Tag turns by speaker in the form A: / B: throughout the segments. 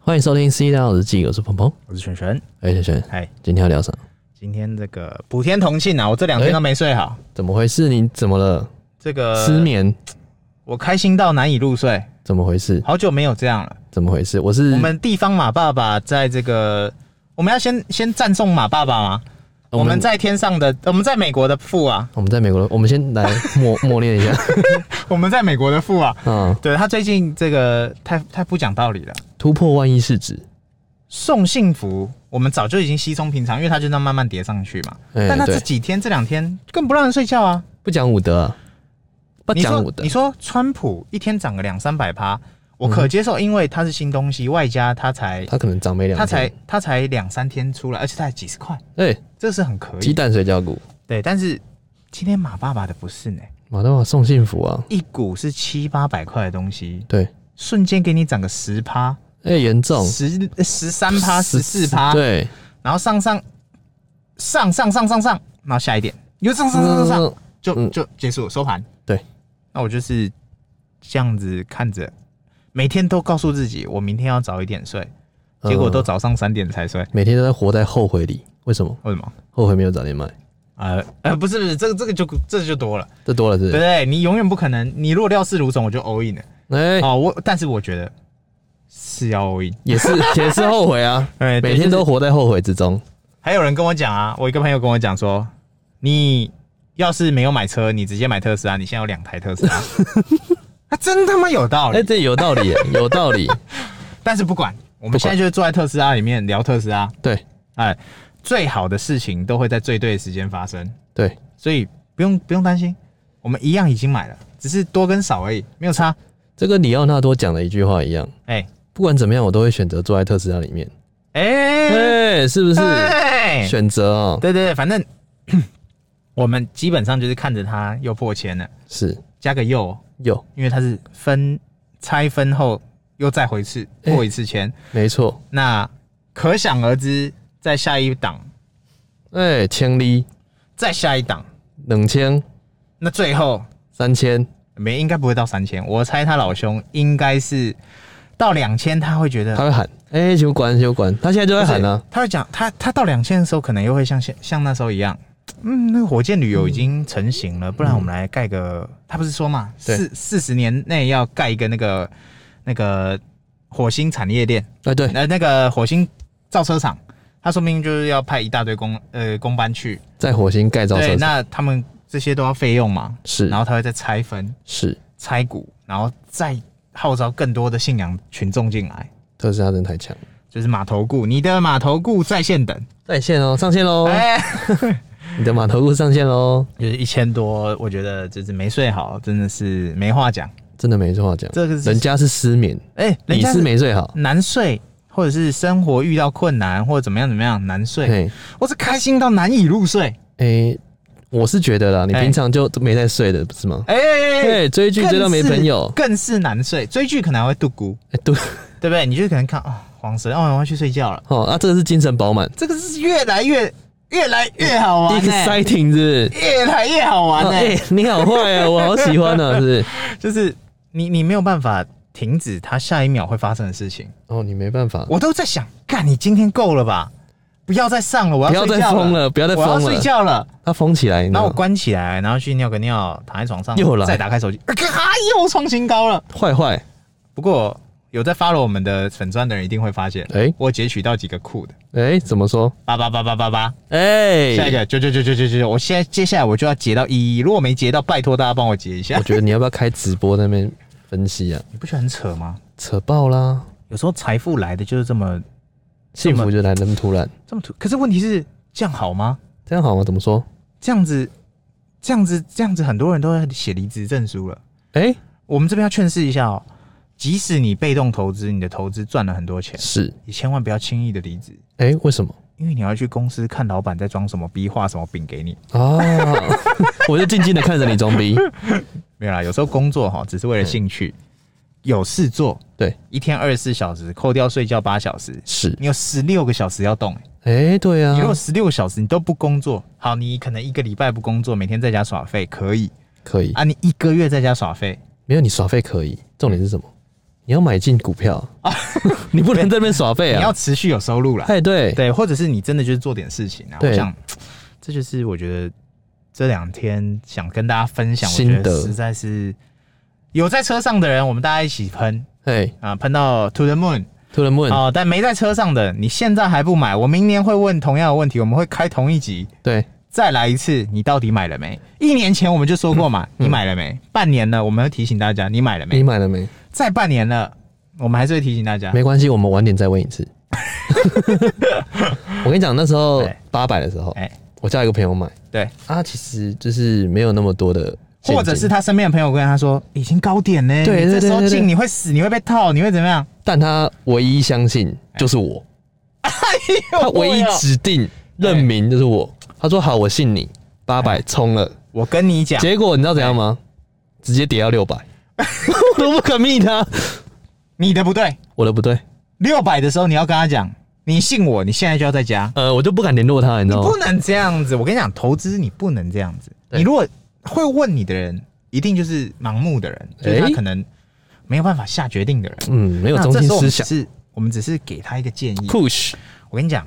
A: 欢迎收听《C 大佬日记》，我是鹏鹏，
B: 我是璇璇。
A: 哎，璇璇，
B: 嗨，
A: 今天要聊啥？
B: 今天这个补天同庆啊，我这两天都没睡好，
A: 怎么回事？你怎么了？
B: 这个
A: 呃失，眠？
B: 我开心到难以入睡，
A: 怎么回事？
B: 好久没有这样了。
A: 怎么回事？我是
B: 我们地方马爸爸在这个，我们要先先赞颂马爸爸吗？
A: 哦我
B: 我们在天上的，我们在美国的父啊，
A: 我们在美国的，我们先来默默念一下。
B: 我们在美国的父啊。
A: 嗯，
B: 对他最近这个太太不讲道理了，
A: 突破万亿市值，
B: 送幸福，我们早就已经稀松平常，因为他就那样慢慢叠上去嘛。
A: 哎
B: 但他这
A: 对，
B: 几天这两天更不让人睡觉啊。
A: 不讲武德啊，不
B: 你
A: 讲
B: 说
A: 武德
B: 你。说川普一天涨个两三百趴，
A: 嗯
B: 我可接受，因为它是新东西，外加它才
A: 他可能长没两天，
B: 它才它才两三天出来，而且它才几十块，
A: 哎，
B: 这是很可
A: 鸡
B: 以。
A: 蛋水饺股，
B: 对，但是今天马爸爸的不是呢，
A: 马大宝送幸福啊！
B: 一股是七八百块的东西，
A: 对，
B: 瞬间给你涨个十趴、
A: 哎，严重
B: 十十三趴、十四趴，
A: 对，
B: 然后上上上上上上上，然后下一点又上上上上上，
A: 嗯
B: 就
A: 嗯
B: 就结束收盘。
A: 对，
B: 那我就是这样子看着，每天都告诉自己，我明天要早一点睡，结
A: 嗯
B: 果都早上三点才睡。
A: 每天都在活在后悔里。为什么
B: 为什么？
A: 后悔没有早点买？
B: 呃呃，不是不是，这个这个就这个就多了，
A: 这多了是
B: 对
A: 不
B: 不
A: 是？
B: 对？你永远不可能，你如果料事如总，我就 all in 了。
A: 哎，
B: 哦，我但是我觉得是要 all in。
A: 也 是也是后悔啊，
B: 哎对
A: 每天
B: 就
A: 都
B: 是
A: 活在后悔之中。
B: 还有人跟我讲啊，我一个朋友跟我讲说，你要是没有买车，你直接买特斯拉，你现在有两台特斯 拉，他真他妈有道理
A: 哎，。这有道理 耶，有道理。
B: 但是不管，我
A: 不管
B: 们现在就是坐在特斯拉里面聊特斯拉，
A: 对
B: 哎，最好的事情都会在最对的时间发生，
A: 对，
B: 所以不用不用担心，我们一样已经买了，只是多跟少而已，没有差。
A: 这跟里奥纳多讲的一句话一样，
B: 哎
A: 不管怎么样，我都会选择坐在特斯拉里面。
B: 哎
A: 哎，是不是？
B: 哎，
A: 选择啊，
B: 对对对，反正 我们基本上就是看着它又破千了，
A: 是
B: 加个又，
A: 有，
B: 因为它是分拆分后又再回一次
A: 哎
B: 破一次千，
A: 没错。
B: 那可想而知，在下一档
A: 哎，千里、
B: 再下一档，
A: 两千、
B: 那最后
A: 三千，
B: 没，应该不会到三千。我猜他老兄应该是到两千，他会觉得
A: 他会喊，哎，求管求管，他现在就在喊
B: 不
A: 啊
B: 是。他会讲他他到两千的时候，可能又会像现像那时候一样，嗯，那个火箭旅游已经成型了，不然我们来盖个。他不是说嘛，
A: 嗯对
B: 四四十年内要盖一个那个那个火星产业链，
A: 哎，对，
B: 呃，那个火星造车厂。他说明就是要派一大堆工呃工班去，
A: 在火星盖造
B: 对，
A: 车厂，
B: 那他们这些都要费用嘛，
A: 是
B: 然后他会再拆分，
A: 是
B: 拆股，然后再号召更多的信仰群众进来，
A: 特斯拉真的太强了，
B: 就是码头股，你的码头股在线等，
A: 在线哦，上线喽，
B: 哎、
A: 你的码头股上线喽，
B: 就是一千多，我觉得就是没睡好，真的是没话 讲。
A: 真的没话讲，
B: 这个是
A: 人家是失眠，
B: 哎、人
A: 你
B: 家
A: 是没睡好，
B: 难睡，或者是生活遇到困难，或者怎么样怎么样难睡，
A: 嘿。
B: 我是开心到难以入睡。
A: 诶、我是觉得啦，你
B: 哎
A: 平常就都没在睡的，不是吗？
B: 哎、哎
A: 对、追剧追到没朋友，
B: 更是更是难睡。追剧可能还会度孤，
A: 哎、对，
B: 对不对？你就可能看啊、黄蛇，哦，我要去睡觉了。
A: 哦，啊，这个是精神饱满、
B: 这个是越来越越来越好玩、欸，
A: exciting 是不是？
B: 越来越好玩
A: 哦
B: 呢、
A: 哎、你好坏 啊，我好喜欢啊，是不是？
B: 欸就是你你没有办法停止它下一秒会发生的事情。
A: 哦，你没办法，
B: 我都在想，干你今天够了吧？不要再上了，我
A: 不
B: 要
A: 要
B: 睡
A: 再
B: 觉
A: 疯了，不要再
B: 我要
A: 疯
B: 睡
A: 了，
B: 觉了。嗯
A: 它疯起来，你知
B: 然
A: 道
B: 后我
A: 吗？
B: 关起来，然后去尿个尿，躺在床上，
A: 又来
B: 再打开手机，啊，又创新高了。
A: 坏坏，
B: 不过有在 follow 我们的粉钻的人一定会发现，
A: 哎
B: 我截取到几个酷的，
A: 哎、怎么说？
B: 八八八八八八，
A: 哎、
B: 下一个九九九九九九，我现在接下来我就要截到一一，如果没截到，拜托大家帮我截一下
A: 我。觉得你要不要开直播在那边分析啊？
B: 你不觉得很扯吗？
A: 扯爆啦，
B: 有时候财富来的就是这么
A: 幸福就来得那么突然，
B: 这么突，可是问题是这样好吗？
A: 这样好吗？怎么说？
B: 这样子，这样子，这样子，很多人都在写离职证书了。
A: 哎、
B: 我们这边要劝示一下哦，即使你被动投资，你的投资赚了很多钱，
A: 是，
B: 你千万不要轻易的离职，
A: 哎、为什么？
B: 因为你要去公司看老板在装什么逼，画什么饼给你。
A: 啊， 我就静静的看着你装逼，
B: 没有啦，有时候工作哈，只是为了兴趣，有事做，
A: 对，
B: 一天二十四小时，扣掉睡觉八小时，
A: 是，
B: 你有十六个小时要动、欸
A: 哎、对啊
B: 你如，果十六个小时你都不工作，好，你可能一个礼拜不工作，每天在家耍废可以
A: 可以，
B: 啊，你一个月在家耍废，
A: 没有你耍废可以，重点是什么？你要买进股票 你不能在那边耍废
B: 你要
A: 啊！
B: 持续有收入啦。
A: 哎，对，
B: 对，或者是你真的就是做点事情啊。我
A: 对
B: 想，这就是我觉得这两天想跟大家分享，我
A: 心
B: 觉得
A: 得
B: 实在是有在车上的人，我们大家一起喷
A: 哎
B: 啊，喷到 to the moon
A: ，To the moon，
B: 哦。但没在车上的，你现在还不买，我明年会问同样的问题，我们会开同一集。
A: 对，
B: 再来一次，你到底买了没？一年前我们就说过嘛，
A: 嗯
B: 你买了没？半年了，我们会提醒大家你买了
A: 你
B: 没？
A: 买了没？啊
B: 再半年了，我们还是会提醒大家。
A: 嗯没关系，我们晚点再问一次。 我跟你讲，那时候
B: 对
A: 八百的时候，
B: 哎，
A: 我叫一个朋友买，
B: 对，
A: 啊，其实就是没有那么多的现金，
B: 或者是他身边的朋友跟他说已经高点呢，
A: 对
B: 你
A: 对
B: 这时候
A: 对对
B: 进
A: 对
B: 你会死，你会被套，你会怎么样？
A: 但他唯一相信就是我， 他唯一指定任命就是我。他说好，我信你，八百冲了，
B: 我跟你讲，
A: 结果你知道怎样吗？直接跌到六 百，我都不肯密他，
B: 你的不对，
A: 我的不对，
B: 六百的时候你要跟他讲，你信我，你现在就要在家，
A: 呃，我就不敢联络他，你
B: 你
A: 知道吗
B: 不？能这样子。我跟你讲，投资你不能这样子。
A: 对
B: 你如果会问你的人，一定就是盲目的人，就是他
A: 哎
B: 可能没有办法下决定的人，
A: 嗯，没有
B: 那
A: 中
B: 这
A: 心
B: 时候我
A: 思
B: 们只
A: 想
B: 是我们只是给他一个建议。
A: ，push，
B: 我跟你讲，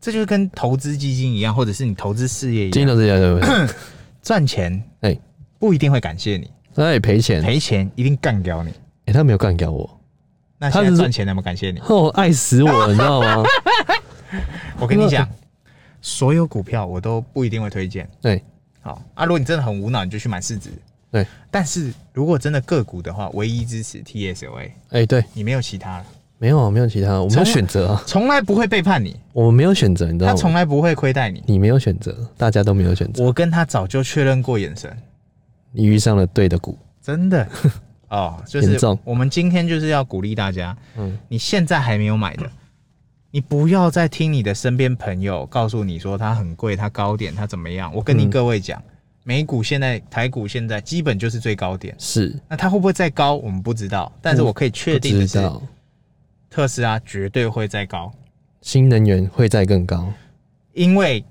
B: 这就是跟投资基金一样，或者是你投资事业一
A: 金
B: 样，
A: 融这家对不对？
B: 赚钱
A: 哎，
B: 不一定会感谢你，
A: 他也赔钱，
B: 赔钱一定干掉你。
A: 哎，他没有干掉我，
B: 那
A: 他
B: 现在
A: 是
B: 赚钱有没有感谢你？
A: 哦，爱死我，你知道 吗？
B: 我跟你讲，所有股票我都不一定会推荐。
A: 对，
B: 好啊，如果你真的很无脑，你就去买市值。
A: 对，
B: 但是如果真的个股的话，唯一支持 TSOA，
A: 哎，对，
B: 你没有其他了，
A: 没有啊，没有其他，我们有选择啊，
B: 从来不会背叛你，
A: 我们没有选择，你知
B: 他
A: 道
B: 从
A: 吗？
B: 来不会亏待你。
A: 你没有选择，大家都没有选择，
B: 我跟他早就确认过眼神，
A: 你遇上了对的股，
B: 真的。哦，就是
A: 严重
B: 我们今天就是要鼓励大家，
A: 嗯
B: 你现在还没有买的，你不要再听你的身边朋友告诉你说它很贵，它高点，它怎么样。我跟你
A: 嗯
B: 各位讲，美股现在、台股现在基本就是最高点，
A: 是
B: 那它会不会再高，我们不知道。但是我可以确
A: 嗯不
B: 定的
A: 知
B: 是，
A: 道，
B: 特斯拉绝对会再高，
A: 新能源会再更高，
B: 因为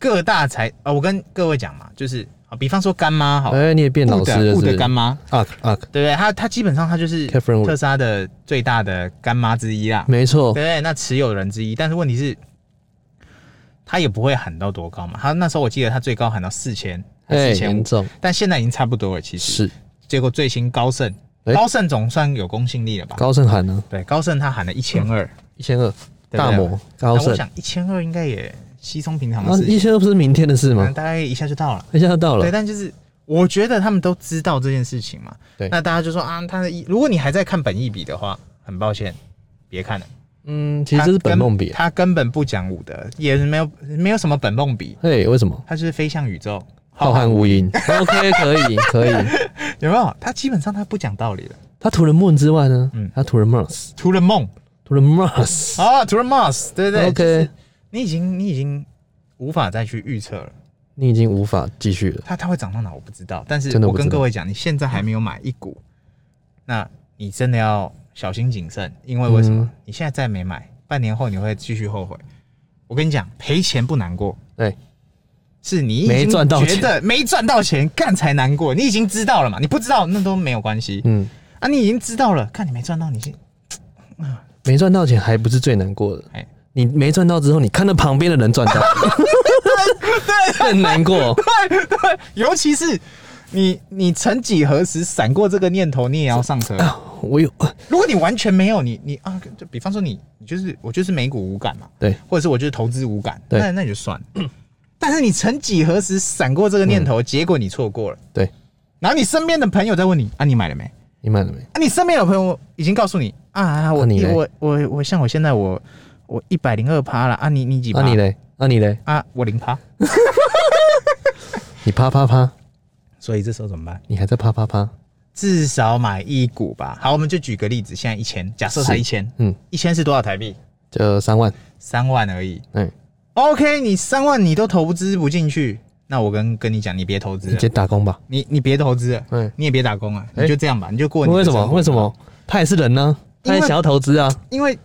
B: 各大财啊、我跟各位讲嘛，就是啊，比方说干妈好，
A: 哎，你也变老
B: 布
A: 师了，
B: 的
A: 是啊
B: 布
A: 不
B: 的
A: 是
B: 干妈，
A: ？Arc Arc，
B: 对不对？它它基本上它就是
A: Catherine Wood
B: 特斯拉的最大的干妈之一啦。
A: 没错，
B: 对，那持有人之一。但是问题是，他也不会喊到多高嘛。他那时候我记得他最高喊到四千，
A: 哎，
B: 四千
A: 严
B: 五，
A: 重
B: 但现在已经差不多了。其实，
A: 是
B: 结果最新高盛，
A: 哎
B: 高盛总算有公信力了吧？
A: 高盛喊呢，
B: 对，高盛他喊了一千二，
A: 一千二，
B: 对
A: 大摩
B: 那
A: 高
B: 我
A: 盛，
B: 想一千二应该也稀松平常的
A: 啊，
B: 事
A: 一
B: 情，
A: 千二不是明天的事
B: 可
A: 吗
B: 能？大概一下就到了。
A: 一下要到
B: 啊对，
A: 了，
B: 但就是我觉得他们都知道这件事情嘛。
A: 对
B: 那大家就说啊，他的一如果你还在看本意比的话，很抱歉，别看了。
A: 嗯，其实这是本梦比，
B: 他根本不讲武德，也没有没有什么本梦比，
A: 哎，为什么？
B: 他就是飞向宇宙，
A: 浩瀚无垠，OK，可以，可以。
B: 有没有？他基本上他不讲道理了。
A: 他除了 Moon 之外呢，
B: 嗯
A: 他除了 Mars，
B: 除了梦
A: 除了 Mars，OK，、
B: 啊，除了 Mars，对不对
A: OK
B: 就是你已经你已经无法再去预测了，
A: 你已经无法继续了。
B: 它它会涨到哪我不知道。但是
A: 真的
B: 我
A: 不
B: 跟
A: 知道
B: 各位讲，你现在还没有买一股，那你真的要小心谨慎，因为为什么？
A: 嗯
B: 你现在再没买，半年后你会继续后悔。我跟你讲，赔钱不难过，
A: 对，
B: 是你已经
A: 没赚到钱
B: 觉得没赚到钱，干才难过。你已经知道了嘛？你不知道那都没有关系
A: 嗯，
B: 啊！你已经知道了，看你没赚到，你先
A: 没赚到钱还不是最难过的，
B: 哎
A: 你没赚到之后，你看到旁边的人 赚到，更难过。
B: 尤其是你，你曾几何时闪过这个念头，你也要 上车。
A: 我有，
B: 如果你完全没有，你你啊，就比方说你，你就是我就是美股无感嘛，
A: 对，
B: 或者是我就是投资无感，
A: 对
B: 那那也就算了。 但是你曾几何时闪过这个念头，结果你错过了。
A: 嗯对，
B: 然后你身边的朋友在问你啊，你买了没？啊，
A: 你买了没？
B: 你身边有朋友已经告诉你啊啊，我
A: 啊你嘞
B: 我我我像我现在我我一百零二趴了啊，你你几趴？
A: 啊你嘞？啊你嘞？
B: 啊，我零趴。
A: 你啪啪啪，
B: 所以这时候怎么办？
A: 你还在啪啪啪？
B: 至少买一股吧。好，我们就举个例子，现在一千，假设它
A: 是
B: 一千，
A: 嗯，
B: 一千是多少台币？
A: 就三万，
B: 三万而已。
A: 嗯，
B: OK，你三万你都投资不进去，那我跟跟你讲，你别投资
A: 你
B: 了，
A: 接打工吧。
B: 你你别投资了，
A: 嗯，
B: 你也别打工了，
A: 哎
B: 你就这样吧，你就过你的
A: 为什
B: 生
A: 么？
B: 活
A: 为什？么？他也是人呢、
B: 啊因
A: 他
B: 为
A: 也想要投资啊。
B: 因为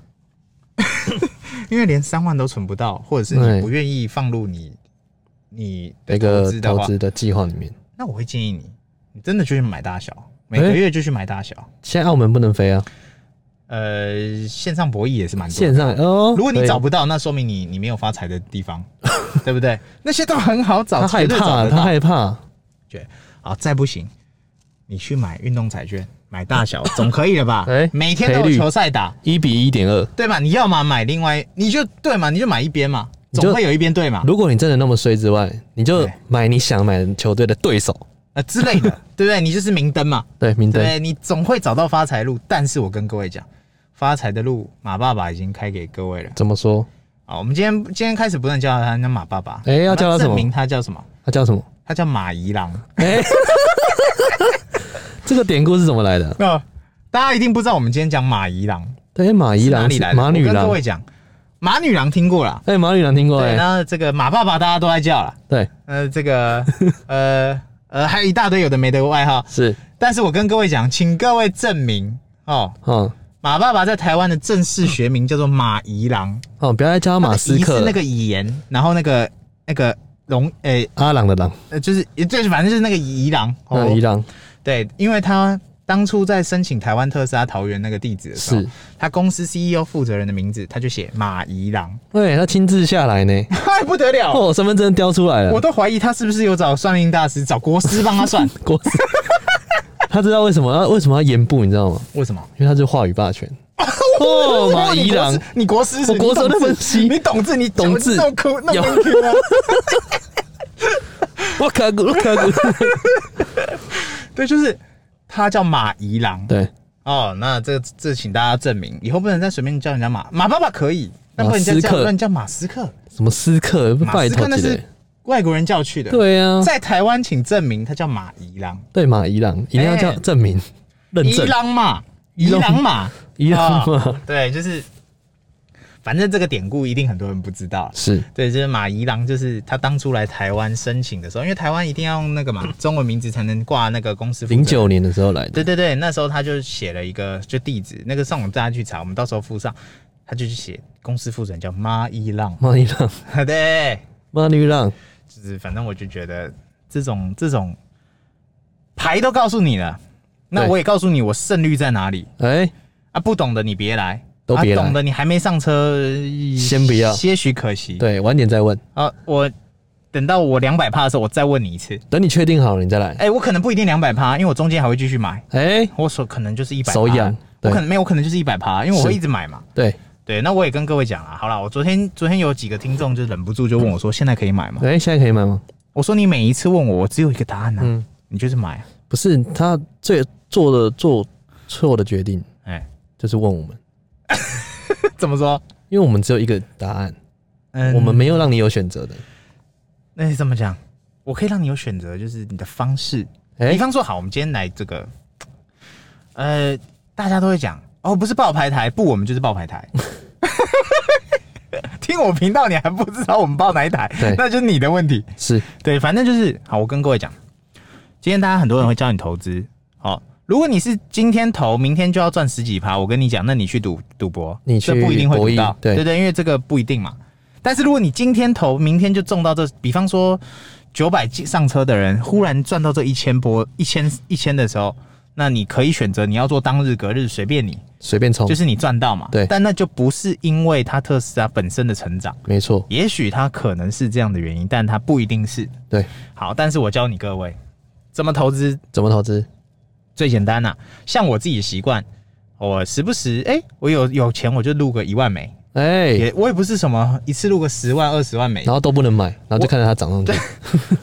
B: 因为连三万都存不到，或者是你
A: 对
B: 不愿意放入你你
A: 那
B: 的投
A: 个
B: 资的
A: 投
B: 话，
A: 资的计划里面，
B: 那我会建议你，你真的就去买大小，每
A: 哎
B: 个月就去买大小。
A: 现在澳门不能飞啊，
B: 呃，线上博弈也是蛮多的。
A: 线上哦。
B: 如果你
A: 可以
B: 找不到，那说明你你没有发财的 地方，对不对？那些都很好找，
A: 他害
B: 绝对找
A: 怕，啊
B: 得
A: 他
B: 到。
A: 害怕，啊
B: 对，好，再不行，你去买运动彩券，买大小总可以了吧？
A: 哎
B: 每天
A: 赔
B: 都有
A: 率
B: 球赛打，
A: 一比一点二。
B: 对嘛？你要嘛买另外，你就对嘛，你就买一边嘛，
A: 你就
B: 总会有一边对嘛，
A: 如果你真的那么衰之外，你就
B: 对
A: 买你想买的球队的对手，
B: 呃之 类的，对不对？你就是明灯嘛，
A: 对，明
B: 对不
A: 灯
B: 对，你总会找到发财路。但是我跟各位讲，发财的路马爸爸已经开给各位了。
A: 怎么说？
B: 好，我们今天今天开始不能叫他那马爸爸，
A: 哎要叫他
B: 我们
A: 什么
B: 证明他叫什么？
A: 他叫什 么？
B: 他叫马一郎。
A: 哎， 这个典故是怎么来的？
B: 那、大家一定不知道，我们今天讲马一郎
A: 对，啊马
B: 是
A: 伊
B: 哪
A: 郎
B: 里来
A: 是
B: 的？
A: 马女
B: 我跟
A: 郎
B: 各，位讲，马女郎听过啦。
A: 哎，马女郎听过
B: 对，
A: 哎，
B: 那这个马爸爸大家都在叫啦。
A: 对，
B: 呃，这 个呃呃，还有一大堆有的没的外号。
A: 是，
B: 但是我跟各位讲，请各位证明哦，
A: 嗯
B: 马爸爸在台湾的正式学名叫做马宜郎，
A: 哦，不要再叫他马斯
B: 他的宜
A: 克
B: 是
A: 了
B: 那，个言，然后那个那个龙，诶、
A: 阿郎的郎，
B: 呃，就是就是反正就是那个宜郎。哦
A: 那，伊郎
B: 对，因为他当初在申请台湾特斯拉桃园那个地址的时候
A: 是，，
B: 他公司 CEO 负责人的名字他就写马宜 郎，
A: 对，他亲自下来呢，
B: 太不得了，
A: 哦，身份证叼出来
B: 我
A: 了，
B: 都怀疑他是不是有找算命大师找国师帮他算？
A: 国师，他知道为什么要啊为什么要言不，你知道吗？
B: 为 什么？
A: 因为他是话语 霸权，哦，马伊郎
B: 你国师，你国师
A: 我国师
B: 是你懂
A: 在分
B: 字
A: 析
B: 你懂字，你
A: 懂字
B: 那么酷，那
A: 有
B: 么 Q 啊！
A: 我卡古，我卡古，
B: 对，就是他叫马宜郎。
A: 对，
B: 哦，那这这请大家证明，以后不能再随便叫人家马马爸爸可以，但不能再
A: 马斯
B: 叫
A: 克
B: 不能叫马斯克，
A: 什么斯克，
B: 马
A: 拜
B: 斯
A: 托
B: 克那
A: 之
B: 是
A: 类。
B: 外国人叫去的。，
A: 对啊，
B: 在台湾请证明他叫马宜郎，
A: 对马伊朗一定要叫
B: 哎
A: 证明、认
B: 宜
A: 证
B: 郎嘛，宜
A: 郎
B: 郎嘛，
A: 伊朗
B: 哦
A: 嘛，
B: 对，就是，反正这个典故一定很多人不知道。
A: 是
B: 对，就是马宜郎，就是他当初来台湾申请的时候，因为台湾一定要用那个嘛中文名字才能挂那个公司负责
A: 零
B: 人
A: 九年的时候来的，
B: 对对对，那时候他就写了一个就地址，那个上网大家去查，我们到时候附上，他就去写公司负责人叫马伊浪，
A: 马伊朗
B: 对，
A: 马女郎，
B: 就是反正我就觉得这种这种牌都告诉你了，那
A: 对
B: 我也告诉你我胜率在哪里
A: 哎、
B: 啊，不懂的你别来，
A: 都别来
B: 啊、懂的你还没上车，
A: 先不要
B: 些许可惜，
A: 对，晚点再问，
B: 啊，我等到我两百趴的时候，我再问你一次，
A: 等你确定好了你再来，
B: 哎、我可能不一定两百趴，因为我中间还会继续买，
A: 哎、
B: 我所可能就是一百，
A: 手痒
B: 我
A: 对
B: 可能没有，我可能就是一百趴，因为我会
A: 是
B: 一直买嘛。
A: 对，
B: 对，那我也跟各位讲啊，好啦，我昨天昨天有几个听众就忍不住就问我说，现在可以买吗？
A: 哎、现在可以买吗？
B: 我说你每一次问我，我只有一个答案啊，
A: 嗯
B: 你就是买啊，
A: 不是，他最做的做错的决定
B: 哎、
A: 就是问我们，
B: 怎么说？
A: 因为我们只有一个答案，
B: 嗯
A: 我们没有让你有选择的，
B: 那是怎么讲？我可以让你有选择，就是你的方式。
A: 哎、
B: 比方说，好，我们今天来这个，呃，大家都会讲哦，不是爆牌台，不，我们就是爆牌 台。听我频道，你还不知道我们爆哪一台
A: 对，
B: 那就是你的问题。
A: 是
B: 对，反正就是好，我跟各位讲，今天大家很多人会教你投资，好、如果你是今天投，明天就要赚十几趴，我跟你讲，那你去赌赌博，
A: 你
B: 这
A: 去
B: 不一定会
A: 博
B: 赌
A: 弈
B: 到，
A: 对
B: 对对，因为这个不一定嘛。但是如果你今天投，明天就中到这，比方说九百上车的人，忽然赚到这一千波一千一千的时候，那你可以选择你要做当日隔日，随便你，
A: 随便冲，
B: 就是你赚到嘛。
A: 哦对
B: 但那就不是因为它特斯拉本身的成长，
A: 没错，
B: 也许它可能是这样的原因，但它不一定是。
A: 对，
B: 好，但是我教你各位怎么投资
A: 怎么投资？
B: 最简单啦、啊像我自己的习惯，我时不时哎、我有有钱我就录个一万枚，
A: 哎、
B: 也我也不是什么一次录个十万二十万枚
A: 然，后都不能买，然后就看着它涨上去，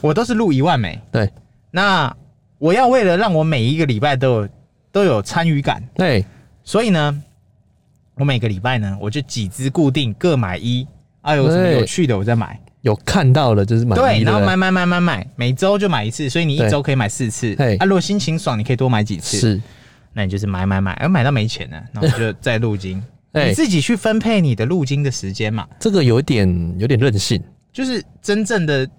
B: 我都是录一万枚。
A: 对，
B: 那我要为了让我每一个礼拜都有都有参与感，
A: 哎、
B: 所以呢，我每个礼拜呢，我就几只固定各买一，啊有什么有
A: 对
B: 趣的我再买，
A: 有看到了就是买
B: 对，
A: 一
B: 然后
A: 的，
B: 买买买买买，每周就买一次，所以你一
A: 对
B: 周可以买四次
A: 嘿。
B: 啊，如果心情爽，你可以多买几次。
A: 是，
B: 那你就是买买买，而买到没钱了，那我就再 入金。
A: 哎、
B: 你自己去分配你的入金的时间嘛，
A: 这个有点有点任性，
B: 就是真正的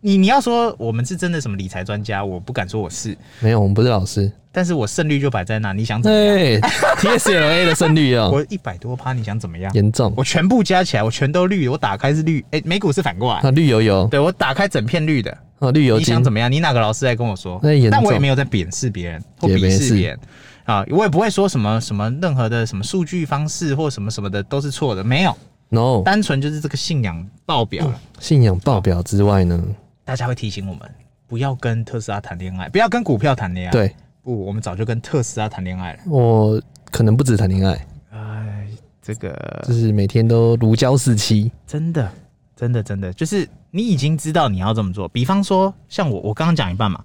B: 你，你要说我们是真的什么理财专家，我不敢说我是，
A: 没有，我们不是老师。
B: 但是我胜率就摆在那，你想怎么样？
A: 哎，TSLA 的胜率哦，
B: 我一百多趴，你想怎么样？
A: 严重。嗯
B: 我全部加起来，我全都绿，我打开是绿，哎、美股是反过来，
A: 啊那绿油油，
B: 对我打开整片绿的，
A: 啊，绿油
B: 你
A: 精
B: 想怎么样？你哪个老师来跟我说？
A: 那严重
B: 但我也没有在贬视别人或
A: 也没
B: 鄙视
A: 事
B: 别人啊，我也不会说什么什么任何的什么数据方式或什么什么的都是错的，没有，
A: ？No，
B: 单纯就是这个信仰爆表了。
A: 信仰爆表之外呢？
B: 大家会提醒我们不要跟特斯拉谈恋爱，不要跟股票谈恋爱。，
A: 对
B: 不，我们早就跟特斯拉谈恋爱了。
A: 我可能不止谈恋爱，
B: 哎，这个
A: 就是每天都如胶似漆。
B: 真的，真的，真的，就是你已经知道你要这么做。比方说，像我，我刚刚讲一半嘛，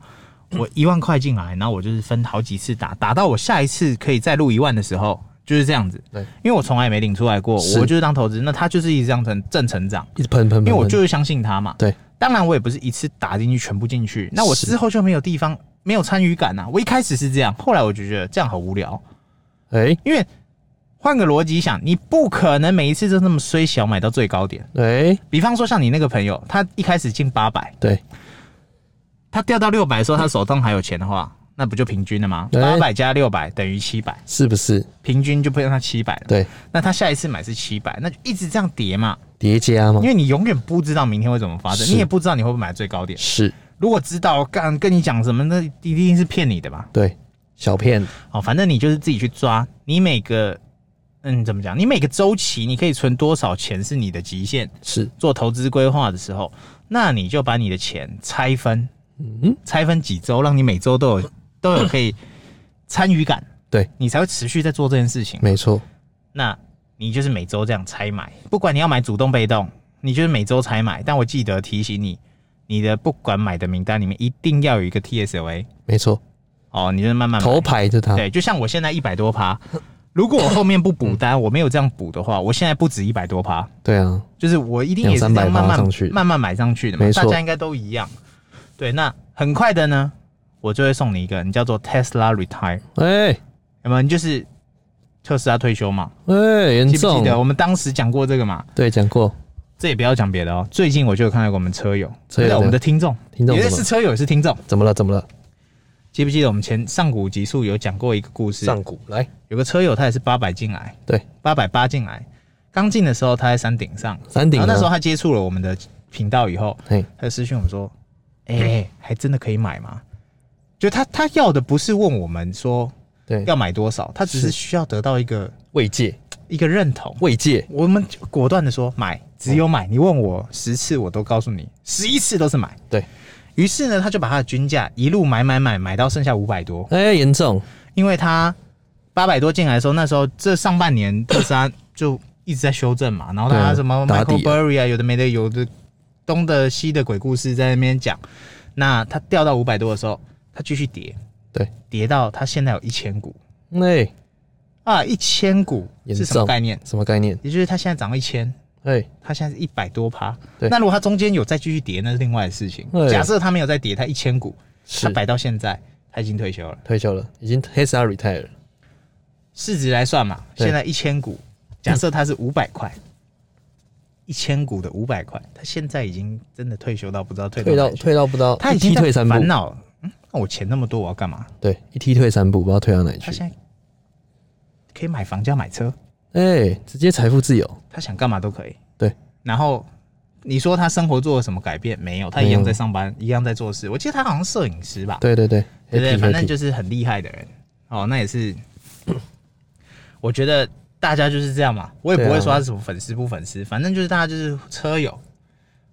B: 我一万块进来，然后我就是分好几次打，打到我下一次可以再录一万的时候，就是这样子。
A: 对，
B: 因为我从来没领出来过，
A: 是
B: 我就是当投资，那它就是一直这样成正成长，
A: 一直喷喷喷喷，
B: 因为我就是相信它嘛。
A: 嗯对，
B: 当然我也不是一次打进去全部进去，那我
A: 是
B: 之后就没有地方没有参与感啊呐、我一开始是这样，后来我就觉得这样好无聊，
A: 哎
B: 因为换个逻辑想，你不可能每一次都那么衰小买到最高点。
A: 哎，
B: 比方说像你那个朋友，他一开始进八百，
A: 对，
B: 他掉到六百的时候，他手上还有钱的话，那不就平均了吗？
A: 对
B: 八百加六百等于七百，
A: 是不是？
B: 平均就不让他七百了。
A: 对，
B: 那他下一次买是七百，那就一直这样叠嘛，
A: 叠加嘛
B: 因，为你永远不知道明天会怎么发生，
A: 是
B: 你也不知道你会不会买最高点。
A: 是
B: 如果知道干跟你讲什么，那一定是骗你的吧？
A: 对小骗
B: 哦，反正你就是自己去抓，你每个嗯怎么讲？你每个周期你可以存多少钱是你的极限？
A: 是
B: 做投资规划的时候，那你就把你的钱拆分，
A: 嗯
B: 拆分几周，让你每周都有都有可以参与感，
A: 对，
B: 你才会持续在做这件事情。
A: 没错，
B: 那你就是每周这样拆买，不管你要买主动被动，你就是每周拆买。但我记得提醒你，你的不管买的名单里面一定要有一个 TSLA
A: 没错，
B: 哦，你就是慢慢买
A: 头啊牌就他，
B: 对，就像我现在一百多趴，如果我后面不补
A: 嗯
B: 单，我没有这样补的话，我现在不止一百多趴，
A: 对啊，
B: 就是我一定
A: 两
B: 也是
A: 三
B: 这
A: 百
B: 样慢
A: 趴
B: 慢
A: 上去
B: 慢慢买上去的嘛
A: 没，错
B: 大家应该都一样。对，那很快的呢，我就会送你一个，你叫做 Tesla Retire，
A: 哎
B: 有没有？你就是特斯拉退休嘛，
A: 哎，严
B: 记不记
A: 重，
B: 得我们当时讲过这个嘛？
A: 对，讲过，
B: 这也不要讲别的哦，最近我就有看到一个我们车友，
A: 车友
B: 对我们
A: 怎
B: 的听众，
A: 听众
B: 也
A: 怎么
B: 是车友，也是听众。
A: 怎么了？怎么了？
B: 记不记得我们前上古集数有讲过一个故事？
A: 上股来，
B: 有个车友他也是八百进来，
A: 对，
B: 八百八进来，刚进的时候他在山顶上，
A: 山顶
B: 然
A: 啊
B: 后那时候，他接触了我们的频道以后，
A: 嘿，
B: 他就私讯我们说，哎、还真的可以买吗？就他他要的不是问我们说
A: 对，
B: 要买多少，他只是需要得到一个
A: 慰藉，
B: 一个认同。
A: 慰藉，
B: 我们就果断的说买，只有
A: 哦
B: 买。你问我十次，我都告诉你，十一次都是买。
A: 对，
B: 于是呢，他就把他的均价一路买买买，买到剩下五百多。
A: 哎，严重，
B: 因为他八百多进来的时候，那时候这上半年 特斯拉就一直在修正嘛，然后
A: 对
B: 他
A: 啊
B: 什么
A: 打底
B: Michael
A: 啊
B: Burry 啊，有的没的，有的东的西的鬼故事在那边讲。那他掉到五百多的时候，他继续跌，
A: 对，
B: 跌到他现在有一千股
A: 哎，
B: 啊，一千股
A: 严
B: 是什么
A: 重
B: 概念？
A: 什么概念？
B: 也就是他现在涨到一千，
A: 哎，
B: 他现在是一百多趴。
A: 对
B: 那如果他中间有再继续跌，那是另外的事情
A: 对。
B: 假设他没有再跌，他一千股，
A: 是
B: 他摆到现在，他已经退休了。
A: 退休了，已经 Tesla retire 了，
B: 市值来算嘛，
A: 对嗯
B: 现在一千股，假设它是五百块，一千股的五百块，他现在已经真的退休到不知道退
A: 退
B: 到
A: 到
B: 哪里去
A: 退到不到，
B: 他
A: 一
B: 已经
A: 踢
B: 在
A: 退三步
B: 烦，恼了，嗯，那我钱那么多，我要干嘛？
A: 对，一踢退三步，不知道退到哪里
B: 他
A: 去，
B: 现在可以买房加买车，
A: 哎，直接财富自由，
B: 他想干嘛都可以。
A: 对，
B: 然后你说他生活做了什么改变？没有，他一样在上班，一样在做事。我记得他好像摄影师吧？
A: 对对对，
B: 对不对？
A: happy
B: 反正
A: happy
B: 就是很厉害的人哦，那也是，我觉得大家就是这样嘛，我也不
A: 对
B: 会
A: 啊
B: 说他是什么粉丝不粉丝，反正就是大家就是车友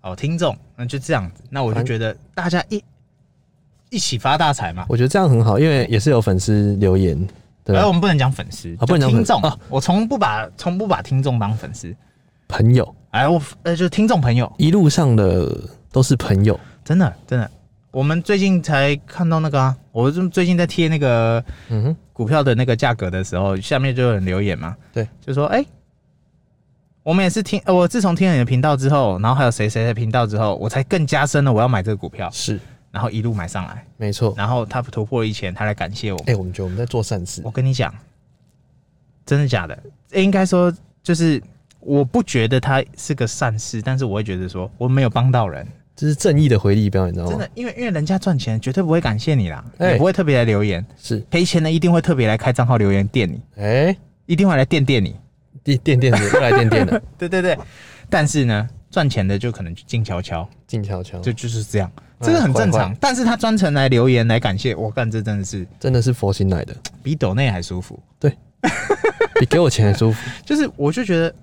B: 哦，听众，那就这样子。那我就觉得大家一一起发大财嘛。
A: 我觉得这样很好，因为也是有粉丝留言，对
B: 而
A: 吧？
B: 我们不能讲粉丝，
A: 啊不能讲
B: 就听
A: 粉丝
B: 众
A: 啊。
B: 我从不把从不把听众当粉丝，
A: 朋友
B: 哎，我呃，就是听众朋友，
A: 一路上的都是朋友，
B: 真的真的。我们最近才看到那个啊，我就最近在贴那个
A: 嗯哼，
B: 股票的那个价格的时候，下面就有人留言嘛，
A: 对，
B: 就说哎、我们也是听，呃我自从听了你的频道之后，然后还有谁谁的频道之后，我才更加深了我要买这个股票，
A: 是
B: 然后一路买上来，
A: 没错。
B: 然后他突破了一千，他来感谢我们。
A: 哎，我们觉得我们在做善事
B: 我，跟你讲，真的假的？诶应该说就是我不觉得他是个善事，但是我会觉得说我没有帮到人，
A: 这是正义的回力标，你知道
B: 真
A: 吗？
B: 的，因为因为人家赚钱绝对不会感谢你啦，
A: 哦哎
B: 也不会特别来留言，
A: 是，
B: 赔钱的一定会特别来开账号留言垫你，
A: 哎，
B: 一定会来垫垫你。
A: 垫垫垫子又来垫垫了，
B: 对对对，但是呢，赚钱的就可能静悄悄，
A: 静悄悄，
B: 就就是这样，
A: 嗯
B: 这个很正
A: 坏
B: 常
A: 坏。
B: 但是他专程来留言来感谢，我干这真的是
A: 真的是佛心来的，
B: 比抖内还舒服。
A: 比给我钱还舒服，
B: 就是我就觉得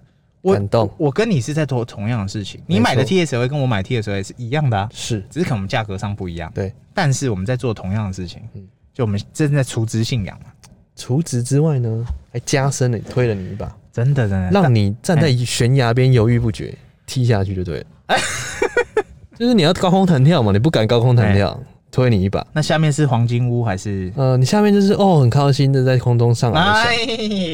B: 我
A: 感动
B: 我跟你是在做同样的事情，你
A: 没错
B: 买的 TSL 跟我买 TSL 是一样的啊，
A: 是
B: 只是可能我们价格上不一样，
A: 对。
B: 但是我们在做同样的事情
A: 嗯，
B: 就我们正在除之信仰嘛，
A: 除此之外呢，还加深了推了你一把，
B: 真的真的
A: 让你站
B: 哎
A: 在悬崖边犹豫不决，踢下去就对了。就是你要高空弹跳嘛，你不敢高空弹跳，
B: 哎
A: 推你一把。
B: 那下面是黄金屋还是？
A: 呃，你下面就是哦，很高兴的在空中上来一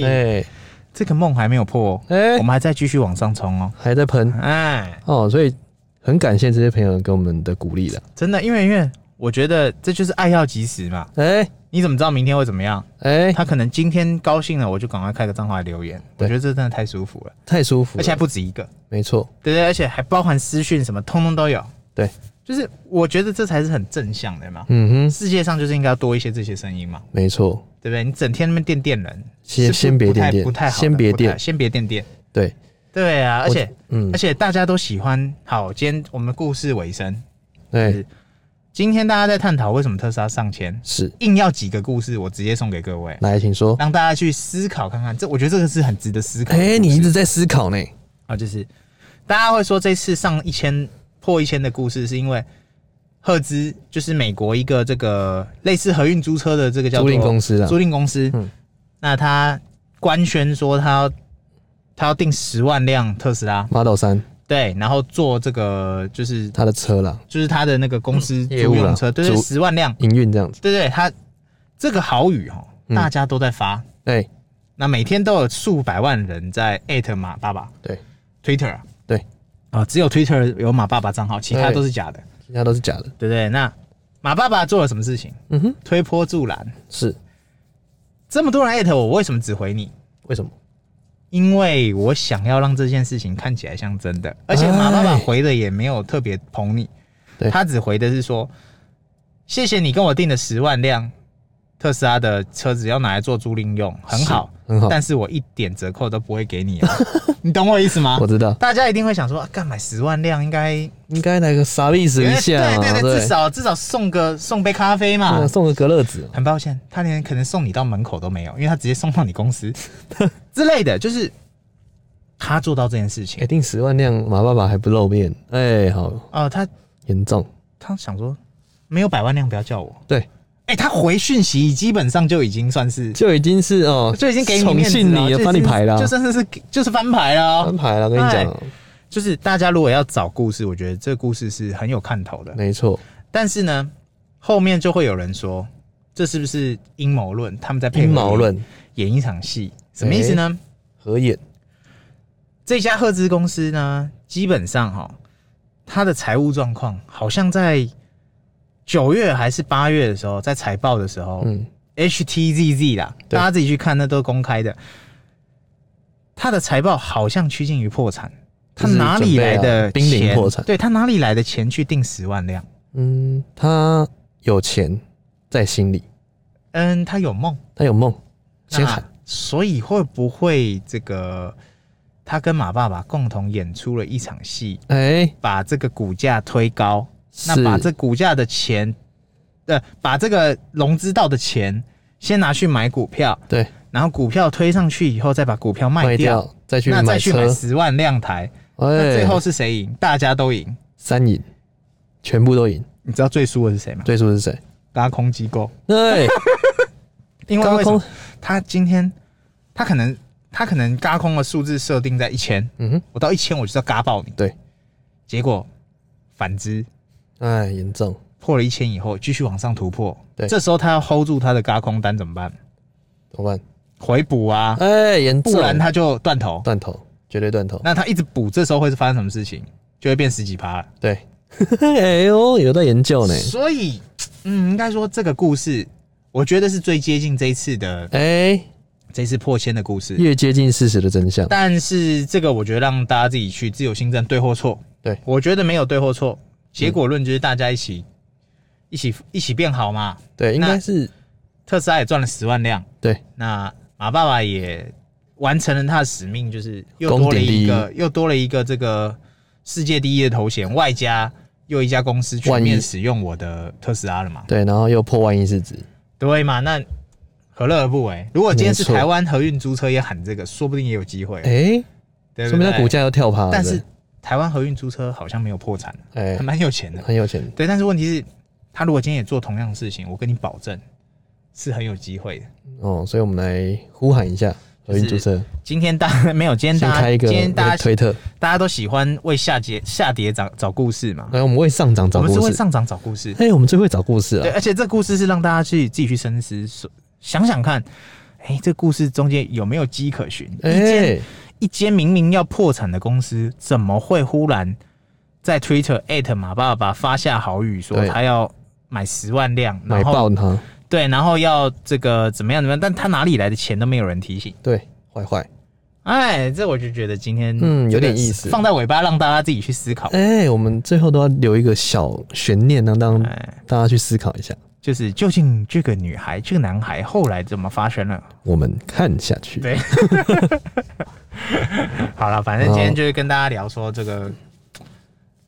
A: 下，
B: 哎，
A: 哎
B: 这个梦还没有破哦，
A: 哎
B: 我，们还在继续往上冲哦。
A: 还在喷
B: 哎，
A: 哦，所以很感谢这些朋友给我们的鼓励了。
B: 真的，因为因为我觉得这就是爱要及时嘛。
A: 哎
B: 你怎么知道明天会怎么样？
A: 哎，
B: 他可能今天高兴了，我就赶快开个账号来留言。我
A: 对
B: 觉得这真的太舒服了，
A: 太舒服
B: 而且还
A: 了，
B: 不止一个，
A: 没错，
B: 对对，而且还包含私讯什么，通通都有。
A: 对，
B: 就是我觉得这才是很正向的嘛。
A: 嗯哼，
B: 世界上就是应该要多一些这些声音嘛，
A: 没错，
B: 对不对？你整天那边电电人，
A: 先
B: 是不
A: 先别
B: 不太
A: 电电
B: 不太好的，
A: 先别
B: 不太
A: 电
B: 先别电电。
A: 对，
B: 对啊，而且
A: 嗯
B: 而，且大家都喜欢。好，今天我们故事尾声，
A: 对，
B: 今天大家在探讨为什么特斯拉上千，
A: 是，
B: 硬要几个故事，我直接送给各位，
A: 来，请说。
B: 让大家去思考看看。这我觉得这个是很值得思考的故事。
A: 哎，你一直在思考呢，
B: 啊，就是大家会说这次上一千破一千的故事，是因为赫兹就是美国一个这个类似合运租车的这个叫
A: 租
B: 做
A: 赁公司啦
B: 租赁公司，
A: 嗯
B: 那他官宣说他要他要订十万辆特斯拉，
A: ，Model 三，
B: 对，然后做这个就是
A: 他的车啦，
B: 就是他的那个公司租
A: 嗯业务啦
B: 用车，对对，
A: 租
B: 十万辆，
A: 营运这样子。
B: 对对，他这个好语哈，
A: 嗯
B: 大家都在发，
A: 哎，
B: 那每天都有数百万人在艾特马爸爸，
A: 对
B: ，Twitter，啊
A: 对，
B: 啊、只有 Twitter 有马爸爸账号，其他
A: 对
B: 都是假的，
A: 其他都是假的。
B: 对不对？那马爸爸做了什么事情？
A: 嗯哼，
B: 推波助澜，
A: 是
B: 这么多人艾特我，我为什么只回你？
A: 为什么？
B: 因为我想要让这件事情看起来像真的，而且马爸爸
A: 哎
B: 回的也没有特别捧你，
A: 对
B: 他只回的是说，谢谢你跟我订的十万辆特斯拉的车子要拿来做租赁用，很好，
A: 很好
B: 但是我一点折扣都不会给你 哦，你懂我意思吗
A: 我？知道，
B: 大家一定会想说，啊干、买十万辆应该，哎
A: 应该来个啥意思一下
B: 对
A: 嘛，
B: 对对，至少至少送个送杯咖啡嘛
A: 嗯。送个隔乐子，
B: 很抱歉，他连可能送你到门口都没有，因为他直接送到你公司之类的，就是他做到这件事情
A: 哎，。定十万辆，马爸爸还不露面，哎，好
B: 哦、他
A: 严重。
B: 他想说没有百万辆不要叫我。
A: 对，
B: 哎、他回讯息基本上就已经算是
A: 就已经是哦，
B: 就已经给你
A: 宠
B: 面子
A: 幸你
B: 了，
A: 了，帮你排了，嗯
B: 就算是是就是翻牌了哦、
A: 安排了。跟你讲哦，
B: 就是大家如果要找故事，我觉得这个故事是很有看头的。
A: 没错，
B: 但是呢，后面就会有人说，这是不是阴谋论？他们在配合
A: 阴谋论哎
B: 演一场戏，什么意思呢？
A: 合眼，
B: 这家赫兹公司呢，基本上哈、它的财务状况好像在九月还是八月的时候，在财报的时候、
A: 嗯，
B: h t z z 啦，
A: 对
B: 大家自己去看，那都是公开的。它的财报好像趋近于破产，它
A: 就是
B: 哪里来
A: 准备啊
B: 的
A: 濒临
B: 钱
A: 破产
B: 对它哪里来的钱去定十万辆？
A: 嗯，他有钱在心里，
B: 嗯，他有梦，
A: 他有梦，先
B: 那
A: 喊
B: 所以会不会这个他跟马爸爸共同演出了一场戏，
A: 哎，
B: 把这个股价推高？那
A: 是
B: 把这股价的钱，呃，把这个融资到的钱先拿去买股票，
A: 对
B: 然后股票推上去以后再把股票卖
A: 卖掉，再去
B: 那再
A: 买
B: 去
A: 车
B: 买，十万辆台，那最
A: 哎
B: 后，是谁赢？大家都赢。
A: 三赢，全部都赢，
B: 你知道最输的是谁吗？
A: 最输是谁？
B: 高空机构，
A: 对，
B: 因为
A: 高
B: 为什
A: 空
B: 么他今天他可能他可能高空的数字设定在一千，
A: 嗯哼，
B: 我到一千我就要嘎爆你，
A: 对，
B: 结果反之。
A: 哎，严重，
B: 破了一千以后，继续往上突破。
A: 对
B: 这时候他要 hold 住他的嘎空单怎么办？
A: 怎么办？
B: 回补啊，
A: 哎，严重，
B: 不然他就断头。
A: 断头，绝对断头。
B: 那他一直补，这时候会是发生什么事情？就会变十几趴了。
A: 对， 哎呦，有在研究呢。
B: 所以，嗯，应该说这个故事，我觉得是最接近这一次的
A: 哎，
B: 这次破千的故事。
A: 越接近事实的真相，
B: 但是这个我觉得让大家自己去自由心证对或错。
A: 对
B: 我觉得没有对或错，结果论就是大家一起、一起一起变好嘛。
A: 对，应该是
B: 特斯拉也赚了十万辆，
A: 对，
B: 那马爸爸也完成了他的使命，就是又
A: 攻
B: 多了
A: 顶第
B: 一
A: 一
B: 个又多了一个这个世界第一的头衔，外加又一家公司全面使用我的特斯拉了嘛？
A: 对，然后又破万亿市值，
B: 对嘛？那何乐而不为？如果今天是
A: 没错
B: 台湾合运租车也喊这个，说不定也有机会，
A: 哎、
B: 对
A: 说
B: 不
A: 明
B: 对？
A: 它股价又跳趴了。
B: 但是台湾合运租车好像没有破产，
A: 哎、
B: 还蛮有钱的。
A: 很有钱，
B: 对，但是问题是，他如果今天也做同样的事情，我跟你保证是很有机会的。
A: 哦，所以我们来呼喊一下合运注册，
B: 今天大 家没有，今天
A: 先
B: 大
A: 开
B: 家
A: 一个
B: 今天大
A: 那个
B: 家
A: 推特，
B: 大家都喜欢为下跌下跌找找故事嘛，
A: 哎来我们为上涨
B: 我
A: 找
B: 们是
A: 故
B: 为
A: 事。
B: 上涨找 故事，
A: 哎、我们最会找故事
B: 对，
A: 了，
B: 而且这故事是让大家去自己去深思，所想想看，哎、这故事中间有没有迹可循？
A: 哎、
B: 一间一间明明要破产的公司，怎么会忽然在 Twitter 艾特马爸爸发下豪语，说
A: 对
B: 他要买十万辆，
A: 买
B: 然后
A: 爆它，
B: 对，然后要这个怎么样怎么样？但他哪里来的钱都没有人提醒。
A: 对，坏坏。
B: 哎，这我就觉得今天
A: 嗯有
B: 这个
A: 点意思
B: 放在尾巴让大家自己去思考。
A: 哎、我们最后都要留一个小悬念，让当
B: 哎，
A: 大家去思考一下。
B: 就是究竟这个女孩、这个男孩后来怎么发生了？
A: 我们看下去。
B: 对，好了，反正今天就是跟大家聊说这个，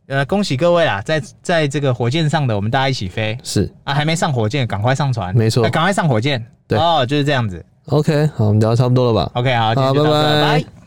B: 呃，恭喜各位啦，在在这个火箭上的，我们大家一起飞
A: 是
B: 啊！还没上火箭，赶快上船，
A: 没错
B: 哎赶快上火箭。
A: 对
B: 哦，就是这样子。
A: OK，好，我们聊得差不多了吧？
B: OK，好，今
A: 好
B: 天就到这
A: 拜拜
B: 拜。